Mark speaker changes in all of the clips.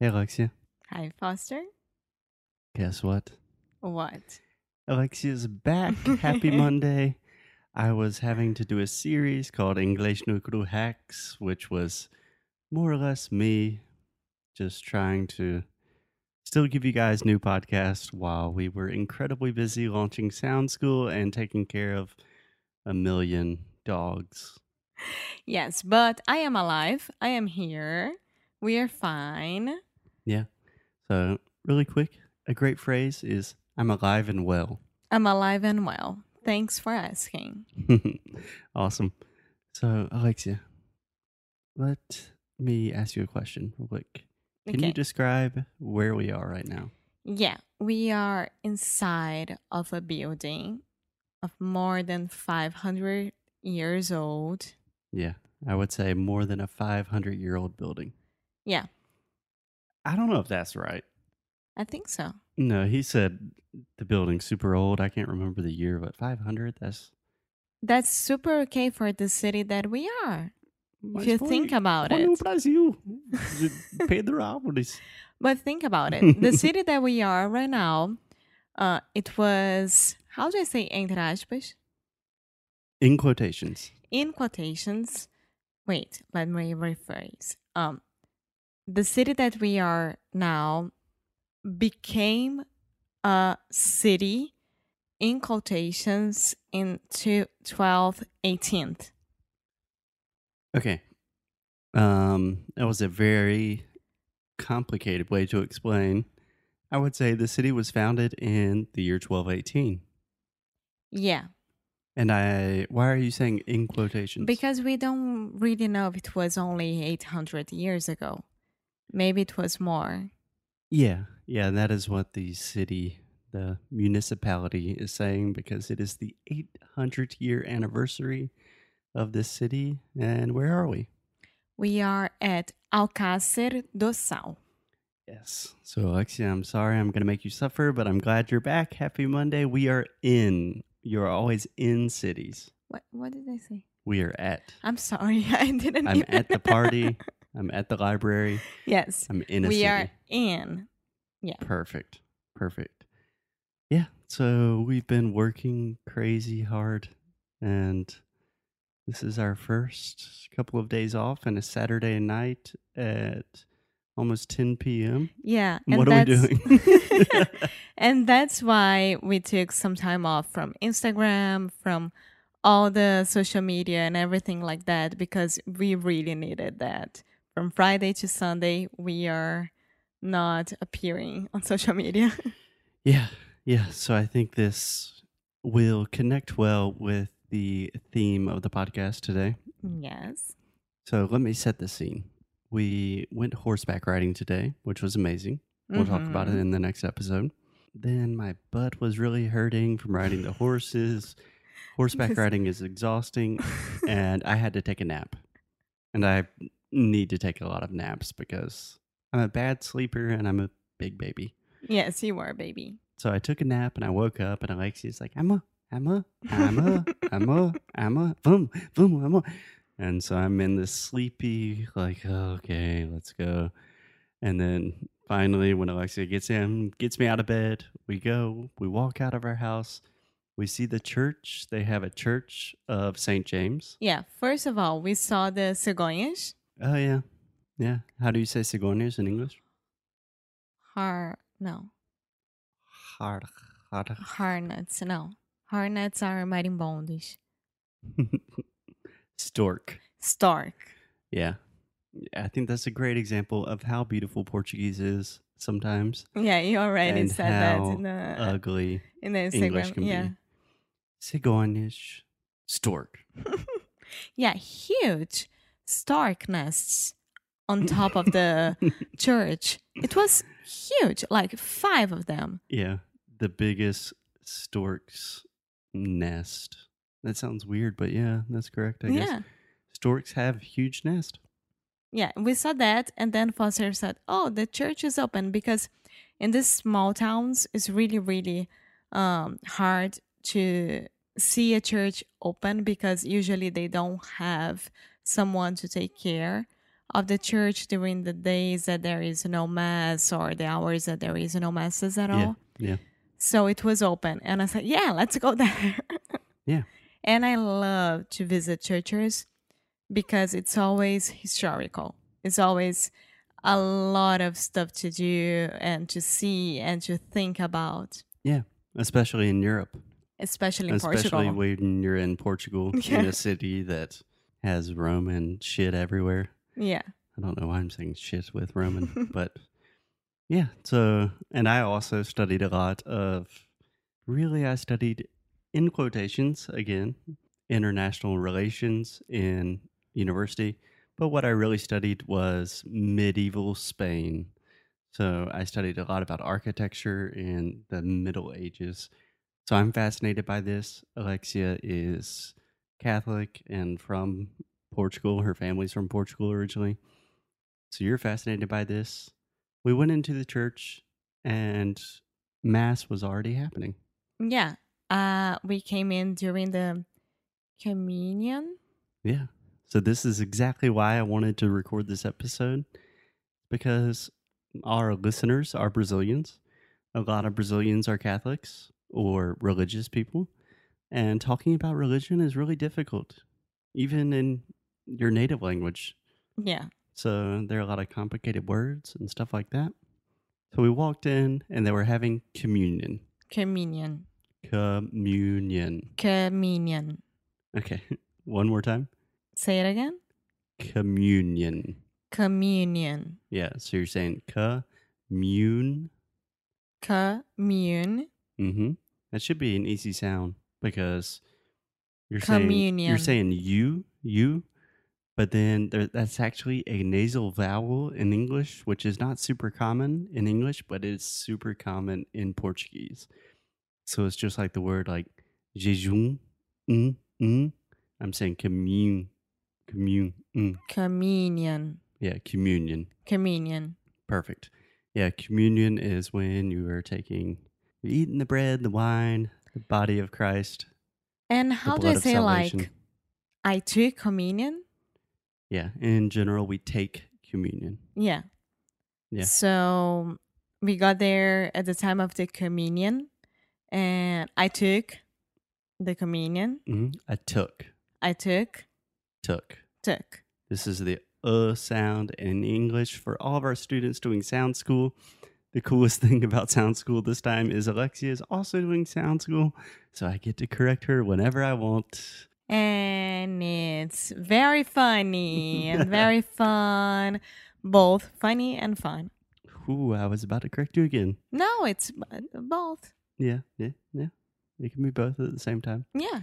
Speaker 1: Hey, Alexia.
Speaker 2: Hi, Foster.
Speaker 1: Guess what?
Speaker 2: What?
Speaker 1: Alexia's back. Happy Monday. I was having to do a series called English No Cru Hacks, which was more or less me just trying to still give you guys new podcasts while we were incredibly busy launching Sound School and taking care of a million dogs.
Speaker 2: Yes, but I am alive. I am here. We are fine.
Speaker 1: So, really quick, a great phrase is I'm alive and well.
Speaker 2: I'm alive and well. Thanks for asking.
Speaker 1: awesome. So, Alexia, let me ask you a question real quick. Can
Speaker 2: Okay.
Speaker 1: you describe where we are right now?
Speaker 2: yeah, we are inside of a building of more than 500 years old.
Speaker 1: Yeah, I would say more than a 500 year old building.
Speaker 2: Yeah.
Speaker 1: I don't know if that's right.
Speaker 2: I think so.
Speaker 1: No, he said the building's super old. I can't remember the year, but 500, that's.
Speaker 2: That's super okay for the city that we are, if you think about
Speaker 1: Olha o
Speaker 2: it.
Speaker 1: Brasil. Pedrópolis.
Speaker 2: But think about it. the city that we are right now, uh, it was, how do I say, entre aspas?
Speaker 1: In quotations.
Speaker 2: in quotations wait let me rephrase um the city that we are now became a city in quotations in two- 12th 18th
Speaker 1: Okay. Um, that was a very complicated way to explain. I would say the city was founded in the year 1218.
Speaker 2: yeah
Speaker 1: And I, why are you saying in quotations?
Speaker 2: because we don't really know if it was only 800 years ago maybe it was more
Speaker 1: yeah, yeah, that is what the city, the municipality is saying because it is the 800 year anniversary of this city. And where are we?
Speaker 2: we are at alcácer do sal
Speaker 1: Yes. So, Alexia, I'm sorry I'm going to make you suffer, but I'm glad you're back. Happy Monday. We are in. You're always in cities.
Speaker 2: what, what did i say
Speaker 1: We are at.
Speaker 2: i'm sorry i didn't
Speaker 1: I'm
Speaker 2: even-
Speaker 1: at the party. I'm at the library.
Speaker 2: yes
Speaker 1: I'm in a
Speaker 2: we
Speaker 1: city.
Speaker 2: are in.
Speaker 1: Perfect. Perfect. Yeah. So we've been working crazy hard and this is our first couple of days off and a Saturday night at almost 10 p.m.
Speaker 2: Yeah.
Speaker 1: what are we
Speaker 2: that's-
Speaker 1: doing?
Speaker 2: and that's why we took some time off from Instagram, from all the social media and everything like that, because we really needed that. From Friday to Sunday, we are not appearing on social media.
Speaker 1: Yeah, yeah. So I think this will connect well with the theme of the podcast today.
Speaker 2: yes.
Speaker 1: So let me set the scene. We went horseback riding today, which was amazing. We'll talk about it
Speaker 2: Mhm.
Speaker 1: in the next episode. Then my butt was really hurting from riding the horses. Horseback
Speaker 2: This-
Speaker 1: riding is exhausting, and I had to take a nap. And I need to take a lot of naps because I'm a bad sleeper and I'm a big baby.
Speaker 2: yes, you are, baby.
Speaker 1: So I took a nap and I woke up and Alexia's like, Emma, Emma, Emma, Emma, Emma, boom, boom, Emma. And so I'm in this sleepy, like, "Oh, okay, let's go. And then finally, when Alexia gets in, gets me out of bed, we go, we walk out of our house, we see the church. They have a church of St. James.
Speaker 2: Yeah. First of all, we saw the cegonhas.
Speaker 1: Oh, yeah. Yeah. How do you say cigonias in English?
Speaker 2: Har, no.
Speaker 1: Har, har,
Speaker 2: Harnets, no. Harnets are marimbondos.
Speaker 1: stork.
Speaker 2: Stark.
Speaker 1: Yeah. Yeah, I think that's a great example of how beautiful Portuguese is sometimes.
Speaker 2: Yeah, you already
Speaker 1: And
Speaker 2: said that
Speaker 1: how
Speaker 2: in the
Speaker 1: Ugly
Speaker 2: in the
Speaker 1: English
Speaker 2: Instagram.
Speaker 1: can
Speaker 2: Yeah,
Speaker 1: be. Cigonish stork.
Speaker 2: yeah, huge stark nests on top of the church. It was huge, like five of them.
Speaker 1: Yeah. The biggest stork's nest. That sounds weird, but yeah, that's correct, I guess.
Speaker 2: Yeah,
Speaker 1: Storks have huge nest.
Speaker 2: yeah, we saw that, and then Foster said, "Oh, the church is open because in these small towns, it's really, really um, hard to." see a church open because usually they don't have someone to take care of the church during the days that there is no mass or the hours that there is no masses at all.
Speaker 1: yeah.
Speaker 2: So it was open. And I said, yeah, let's go there.
Speaker 1: Yeah.
Speaker 2: And I love to visit churches because it's always historical. It's always a lot of stuff to do and to see and to think about,
Speaker 1: Especially in Europe.
Speaker 2: especially in
Speaker 1: Especially
Speaker 2: Portugal.
Speaker 1: when you're in Portugal in
Speaker 2: Yeah.
Speaker 1: a city that has Roman shit everywhere.
Speaker 2: yeah.
Speaker 1: I don't know why I'm saying shit with Roman, but yeah. So, and I also studied a lot of, really, I studied in quotations again, international relations in university. But what I really studied was medieval Spain. So I studied a lot about architecture in the Middle Ages. So I'm fascinated by this. Alexia is Catholic and from Portugal. Her family's from Portugal originally. So you're fascinated by this. We went into the church and mass was already happening.
Speaker 2: Yeah. Uh, we came in during the communion.
Speaker 1: Yeah. So this is exactly why I wanted to record this episode because our listeners are Brazilians. A lot of Brazilians are Catholics or religious people. And talking about religion is really difficult, even in your native language.
Speaker 2: Yeah.
Speaker 1: So there are a lot of complicated words and stuff like that. So we walked in and they were having communion.
Speaker 2: Communion.
Speaker 1: Communion.
Speaker 2: Communion.
Speaker 1: Okay. One more time.
Speaker 2: Say it again.
Speaker 1: Communion.
Speaker 2: Communion.
Speaker 1: Yeah. So you're saying commune.
Speaker 2: Commune.
Speaker 1: Mm-hmm. That should be an easy sound because you're saying you're
Speaker 2: Communion.
Speaker 1: saying you you, but then there, that's actually a nasal vowel in English, which is not super common in English, but it's super common in Portuguese. So it's just like the word like jejum. Mm, mm. I'm saying commune, commune. Mm.
Speaker 2: Communion.
Speaker 1: Yeah, communion.
Speaker 2: Communion.
Speaker 1: Perfect. Yeah, communion is when you are taking, you're eating the bread, the wine, the body of Christ,
Speaker 2: And
Speaker 1: the
Speaker 2: how do I
Speaker 1: blood of
Speaker 2: say
Speaker 1: salvation.
Speaker 2: like I took communion?
Speaker 1: yeah, in general, we take communion.
Speaker 2: Yeah.
Speaker 1: Yeah.
Speaker 2: So we got there at the time of the communion and I took the communion.
Speaker 1: hmm I took,
Speaker 2: I took
Speaker 1: took.
Speaker 2: took.
Speaker 1: This is the uh sound in English for all of our students doing sound school. The coolest thing about sound school this time is Alexia is also doing sound school, so I get to correct her whenever I want.
Speaker 2: And it's very funny and very fun. Both funny and fun.
Speaker 1: Ooh, I was about to correct you again.
Speaker 2: No, it's b- both.
Speaker 1: Yeah, yeah, yeah. It can be both at the same time.
Speaker 2: Yeah.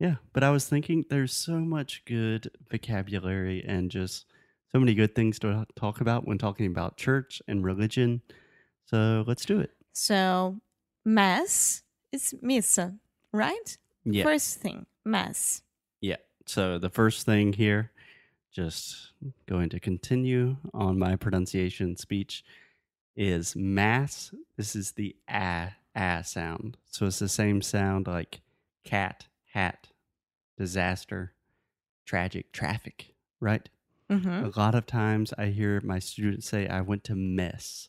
Speaker 1: Yeah, but I was thinking there's so much good vocabulary and just so many good things to talk about when talking about church and religion. So let's do it.
Speaker 2: So mass is missa, right?
Speaker 1: Yeah.
Speaker 2: First thing, mass.
Speaker 1: yeah. So the first thing here, just going to continue on my pronunciation speech, is mass. This is the ah, ah sound. So it's the same sound like cat, hat, disaster, tragic, traffic, right?
Speaker 2: Mm-hmm.
Speaker 1: A lot of times I hear my students say, I went to mess.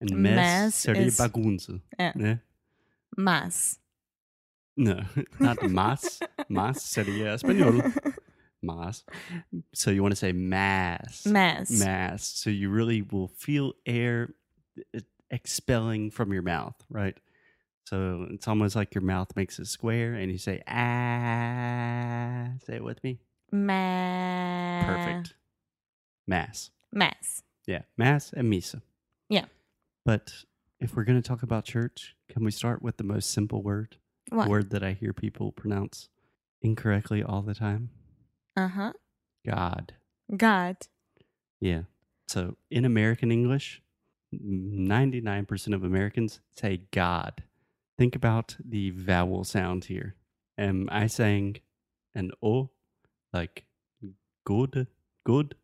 Speaker 1: And
Speaker 2: Mess
Speaker 1: mess, seria
Speaker 2: is- eh.
Speaker 1: bagunça.
Speaker 2: Yeah.
Speaker 1: né?
Speaker 2: Mass.
Speaker 1: No, not mas. Mas seria espanhol. Mas. So you want to say mass.
Speaker 2: mass.
Speaker 1: Mass. So you really will feel air uh, expelling from your mouth, right? So it's almost like your mouth makes a square and you say, ah. Say it with me.
Speaker 2: Ma-
Speaker 1: Perfect. Mass.
Speaker 2: Mass.
Speaker 1: Yeah, mass and misa.
Speaker 2: Yeah.
Speaker 1: But if we're going to talk about church, can we start with the most simple word?
Speaker 2: What?
Speaker 1: Word that I hear people pronounce incorrectly all the time.
Speaker 2: Uh huh.
Speaker 1: God.
Speaker 2: God.
Speaker 1: Yeah. So in American English, 99% of Americans say God. Think about the vowel sound here. Am I saying an O like good, good?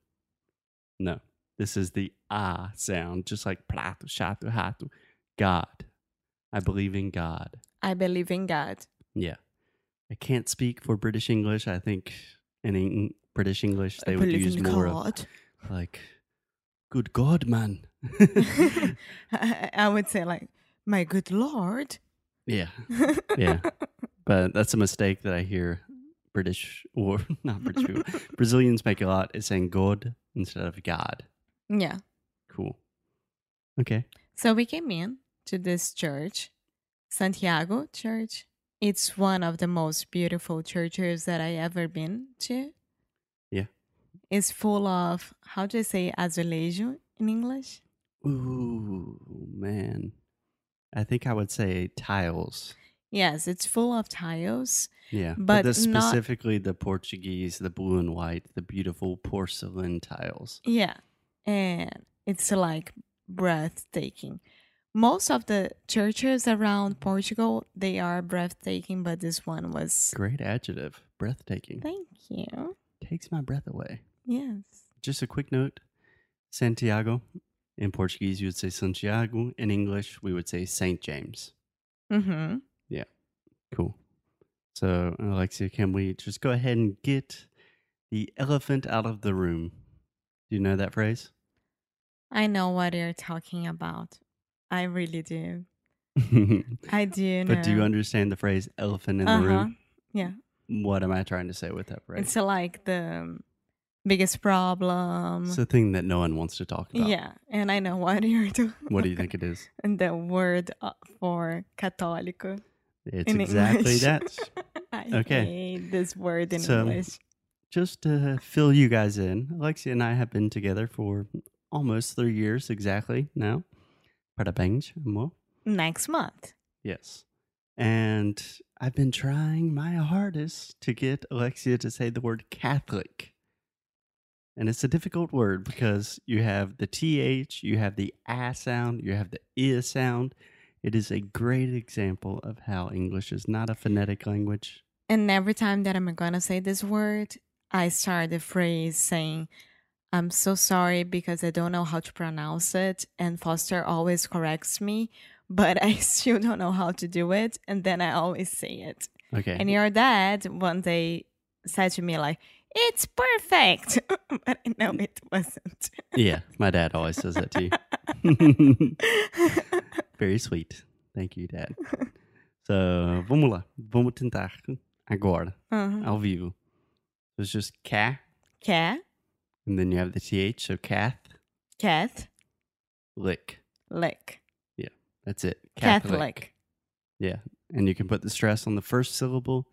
Speaker 1: No. This is the ah sound, just like prato, chato, hato. God. I believe in God.
Speaker 2: I believe in God.
Speaker 1: Yeah. I can't speak for British English. I think in Eng- British English, they
Speaker 2: I
Speaker 1: would
Speaker 2: believe
Speaker 1: use
Speaker 2: in
Speaker 1: more of
Speaker 2: God.
Speaker 1: like, good God, man.
Speaker 2: I, I would say like, my good lord.
Speaker 1: yeah. Yeah. But that's a mistake that I hear British or not British people, Brazilians make a lot is saying God instead of God.
Speaker 2: yeah.
Speaker 1: Cool. Okay.
Speaker 2: So we came in to this church, Santiago Church. It's one of the most beautiful churches that I ever been to.
Speaker 1: Yeah.
Speaker 2: It's full of how do you say azulejo in English?
Speaker 1: Ooh, man. I think I would say tiles.
Speaker 2: Yes, it's full of tiles.
Speaker 1: Yeah.
Speaker 2: But
Speaker 1: the,
Speaker 2: not-
Speaker 1: specifically the Portuguese, the blue and white, the beautiful porcelain tiles.
Speaker 2: Yeah. And it's like breathtaking. Most of the churches around Portugal, they are breathtaking, but this one was
Speaker 1: Great adjective. Breathtaking.
Speaker 2: Thank you.
Speaker 1: Takes my breath away.
Speaker 2: Yes.
Speaker 1: Just a quick note Santiago. In Portuguese, you would say Santiago. In English, we would say St. James.
Speaker 2: Mhm.
Speaker 1: Cool. So, Alexia, can we just go ahead and get the elephant out of the room? Do you know that phrase?
Speaker 2: I know what you're talking about. I really do. I do know.
Speaker 1: But do you understand the phrase elephant in
Speaker 2: Uh-huh.
Speaker 1: the room?
Speaker 2: Yeah.
Speaker 1: What am I trying to say with that phrase?
Speaker 2: Uh-huh. It's like the biggest problem.
Speaker 1: It's the thing that no one wants to talk about.
Speaker 2: yeah, and I know what you're doing.
Speaker 1: What do you think it is?
Speaker 2: And the word uh, for católico.
Speaker 1: It's
Speaker 2: in
Speaker 1: exactly
Speaker 2: English.
Speaker 1: that.
Speaker 2: I
Speaker 1: Okay.
Speaker 2: hate this word in
Speaker 1: So-
Speaker 2: English.
Speaker 1: Just to fill you guys in, Alexia and I have been together for almost three years exactly now. Para bangs, amor.
Speaker 2: Next month.
Speaker 1: Yes. And I've been trying my hardest to get Alexia to say the word Catholic. And it's a difficult word because you have the TH, you have the I sound, you have the I sound. It is a great example of how English is not a phonetic language.
Speaker 2: And every time that I'm gonna say this word, I start the phrase saying, I'm so sorry because I don't know how to pronounce it. And Foster always corrects me, but I still don't know how to do it. And then I always say it.
Speaker 1: Okay.
Speaker 2: And your dad one day said to me, like, it's perfect. but I know it wasn't.
Speaker 1: yeah, my dad always says that to you. Very sweet. Thank you, Dad. So, vamos lá. Vamos tentar agora,
Speaker 2: uh-huh.
Speaker 1: ao vivo. It's just ca,
Speaker 2: Cat,
Speaker 1: and then you have the th, so cath,
Speaker 2: cat,
Speaker 1: lick.
Speaker 2: lick,
Speaker 1: That's it.
Speaker 2: Catholic.
Speaker 1: Yeah, and you can put the stress on the first syllable,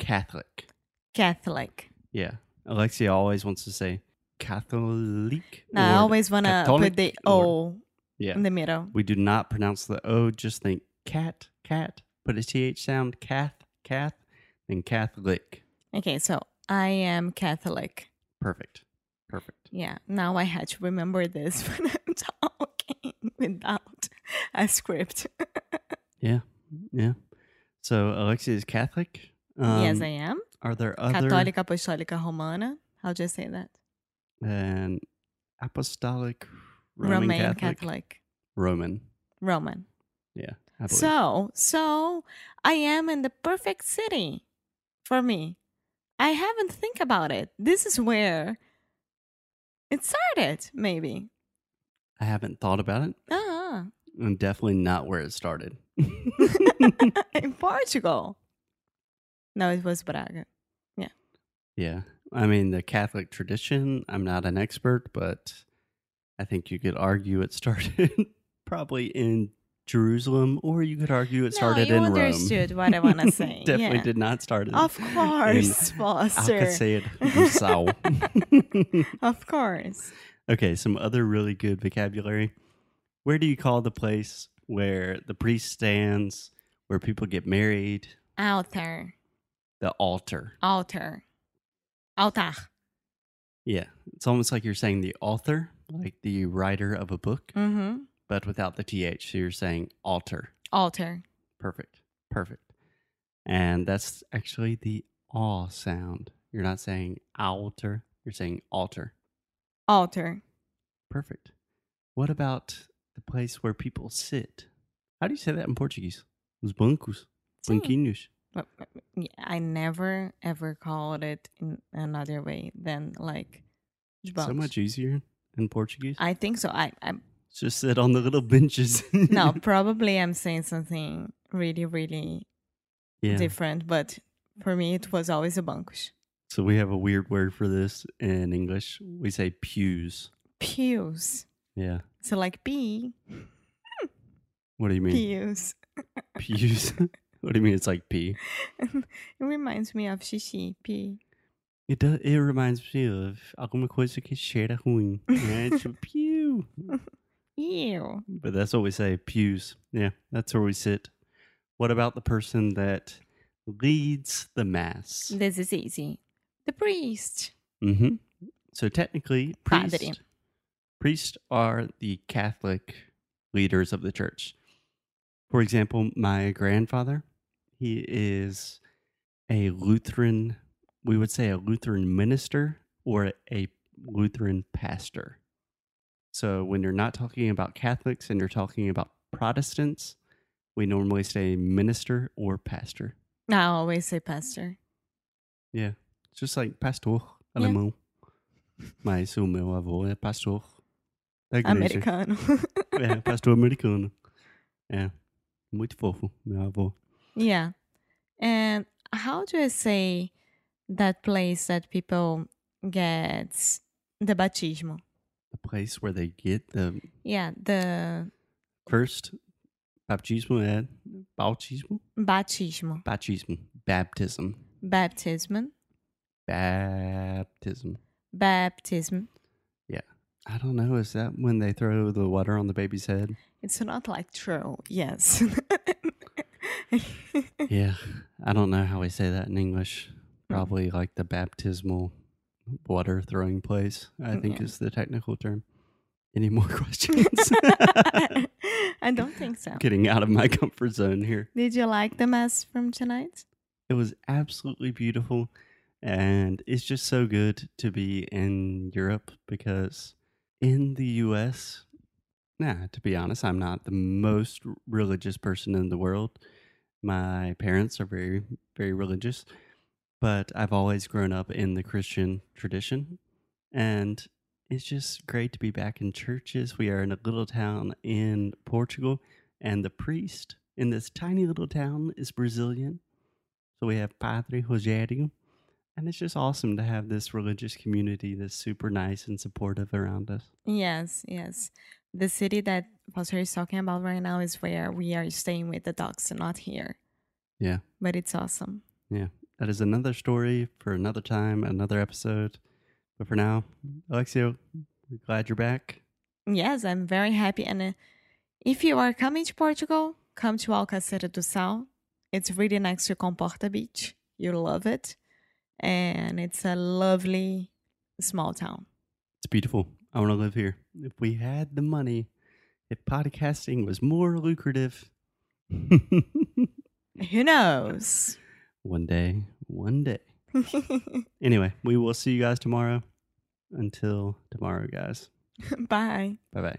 Speaker 1: Catholic.
Speaker 2: Catholic.
Speaker 1: Yeah, Alexia always wants to say Catholic.
Speaker 2: Now I
Speaker 1: or-
Speaker 2: always want to
Speaker 1: Catholic
Speaker 2: put the O
Speaker 1: or- Yeah,
Speaker 2: in the middle.
Speaker 1: we do not pronounce the o. Just think cat, cat. Put a th sound, cath, cath, then Catholic.
Speaker 2: Okay, so I am Catholic.
Speaker 1: Perfect, perfect.
Speaker 2: Yeah, now I had to remember this when I'm talking without a script.
Speaker 1: Yeah, yeah. So Alexia is Catholic.
Speaker 2: yes,
Speaker 1: Um,
Speaker 2: I am.
Speaker 1: Are there other
Speaker 2: Católica Apostólica Romana. How do you say that?
Speaker 1: an apostolic Roman, Catholic, Roman.
Speaker 2: Roman.
Speaker 1: Yeah, I believe.
Speaker 2: So, so I am in the perfect city for me. I haven't think about it. This is where it started, maybe.
Speaker 1: I haven't thought about it.
Speaker 2: Ah,
Speaker 1: I'm definitely not where it started.
Speaker 2: in Portugal. No, it was Braga.
Speaker 1: yeah, I mean the Catholic tradition. I'm not an expert, but I think you could argue it started probably in Jerusalem, or you could argue it started
Speaker 2: no, you
Speaker 1: in
Speaker 2: understood
Speaker 1: Rome.
Speaker 2: what I want to say.
Speaker 1: definitely
Speaker 2: yeah.
Speaker 1: did not start. Mm. in-
Speaker 2: Of course,
Speaker 1: In, I could
Speaker 2: Foster.
Speaker 1: say it.
Speaker 2: Of course.
Speaker 1: Okay, some other really good vocabulary. Where do you call the place where the priest stands, where people get married?
Speaker 2: Altar.
Speaker 1: The altar.
Speaker 2: Altar. Altar.
Speaker 1: Yeah, it's almost like you're saying the author, like the writer of a book,
Speaker 2: Mm-hmm.
Speaker 1: but without the th. So you're saying altar.
Speaker 2: Altar.
Speaker 1: Perfect. Perfect. And that's actually the aw sound. You're not saying altar, you're saying altar.
Speaker 2: Altar.
Speaker 1: Perfect. What about the place where people sit? How do you say that in Portuguese? Os bancos,
Speaker 2: Sim.
Speaker 1: banquinhos.
Speaker 2: But- but- yeah, I never ever called it in another way than like de
Speaker 1: So
Speaker 2: bancos.
Speaker 1: much easier in Portuguese.
Speaker 2: I think so. I, I'm
Speaker 1: Just sit on the little benches.
Speaker 2: no, probably I'm saying something really, really
Speaker 1: yeah.
Speaker 2: different, but for me it was always a bancos.
Speaker 1: So we have a weird word for this in English. We say pews.
Speaker 2: Pews.
Speaker 1: Yeah.
Speaker 2: So like pee,
Speaker 1: What do you mean?
Speaker 2: pews.
Speaker 1: Pews. what do you mean? It's like pee.
Speaker 2: it reminds me of xixi, pee.
Speaker 1: It does. It reminds me of alguma coisa que cheira ruim. Yeah, it's a pew.
Speaker 2: Ew.
Speaker 1: But that's what we say. Pews. Yeah, that's where we sit. What about the person that leads the mass?
Speaker 2: This is easy. e The priest.
Speaker 1: Mm-hmm. So technically,
Speaker 2: Padre.
Speaker 1: priest, priests are the Catholic leaders of the church. For example, my grandfather, he is a Lutheran, we would say a Lutheran minister or a Lutheran pastor. So when you're not talking about Catholics and you're talking about Protestants, we normally say minister or pastor.
Speaker 2: I always say pastor.
Speaker 1: Yeah. It's just like pastor
Speaker 2: Yeah.
Speaker 1: alemão. Mas o meu avô é pastor da igreja.
Speaker 2: Americano.
Speaker 1: É, pastor americano. É. Muito fofo, meu avô.
Speaker 2: yeah. And how do I say that place that people get the batismo?
Speaker 1: The place where they get the
Speaker 2: Yeah, the
Speaker 1: first baptismo é bautismo?
Speaker 2: batismo,
Speaker 1: Bautismo. Baptism.
Speaker 2: baptism,
Speaker 1: Baptism.
Speaker 2: baptism.
Speaker 1: I don't know, is that when they throw the water on the baby's head?
Speaker 2: It's not like true. Yes.
Speaker 1: yeah. I don't know how we say that in English. Probably like the baptismal water throwing place, I think
Speaker 2: Yeah.
Speaker 1: is the technical term. Any more questions?
Speaker 2: I don't think so.
Speaker 1: Getting out of my comfort zone here.
Speaker 2: Did you like the mass from tonight?
Speaker 1: It was absolutely beautiful. And it's just so good to be in Europe because in the US, nah, to be honest, I'm not the most religious person in the world. My parents are very, very religious, but I've always grown up in the Christian tradition. And it's just great to be back in churches. We are in a little town in Portugal, and the priest in this tiny little town is Brazilian. So we have Padre Rogério. And it's just awesome to have this religious community that's super nice and supportive around us.
Speaker 2: Yes, yes. The city that Foster is talking about right now is where we are staying with the dogs, not here.
Speaker 1: Yeah.
Speaker 2: But it's awesome.
Speaker 1: That is another story for another time, another episode. But for now, Alexio, we're glad you're back.
Speaker 2: Yes, I'm very happy. And uh, if you are coming to Portugal, come to Alcacete do Sal. It's really next to Comporta Beach. You'll love it. And it's a lovely small town.
Speaker 1: It's beautiful. I want to live here. If we had the money, if podcasting was more lucrative,
Speaker 2: Who knows?
Speaker 1: one day, one day. Anyway, we will see you guys tomorrow. Until tomorrow, guys.
Speaker 2: Bye.
Speaker 1: Bye bye.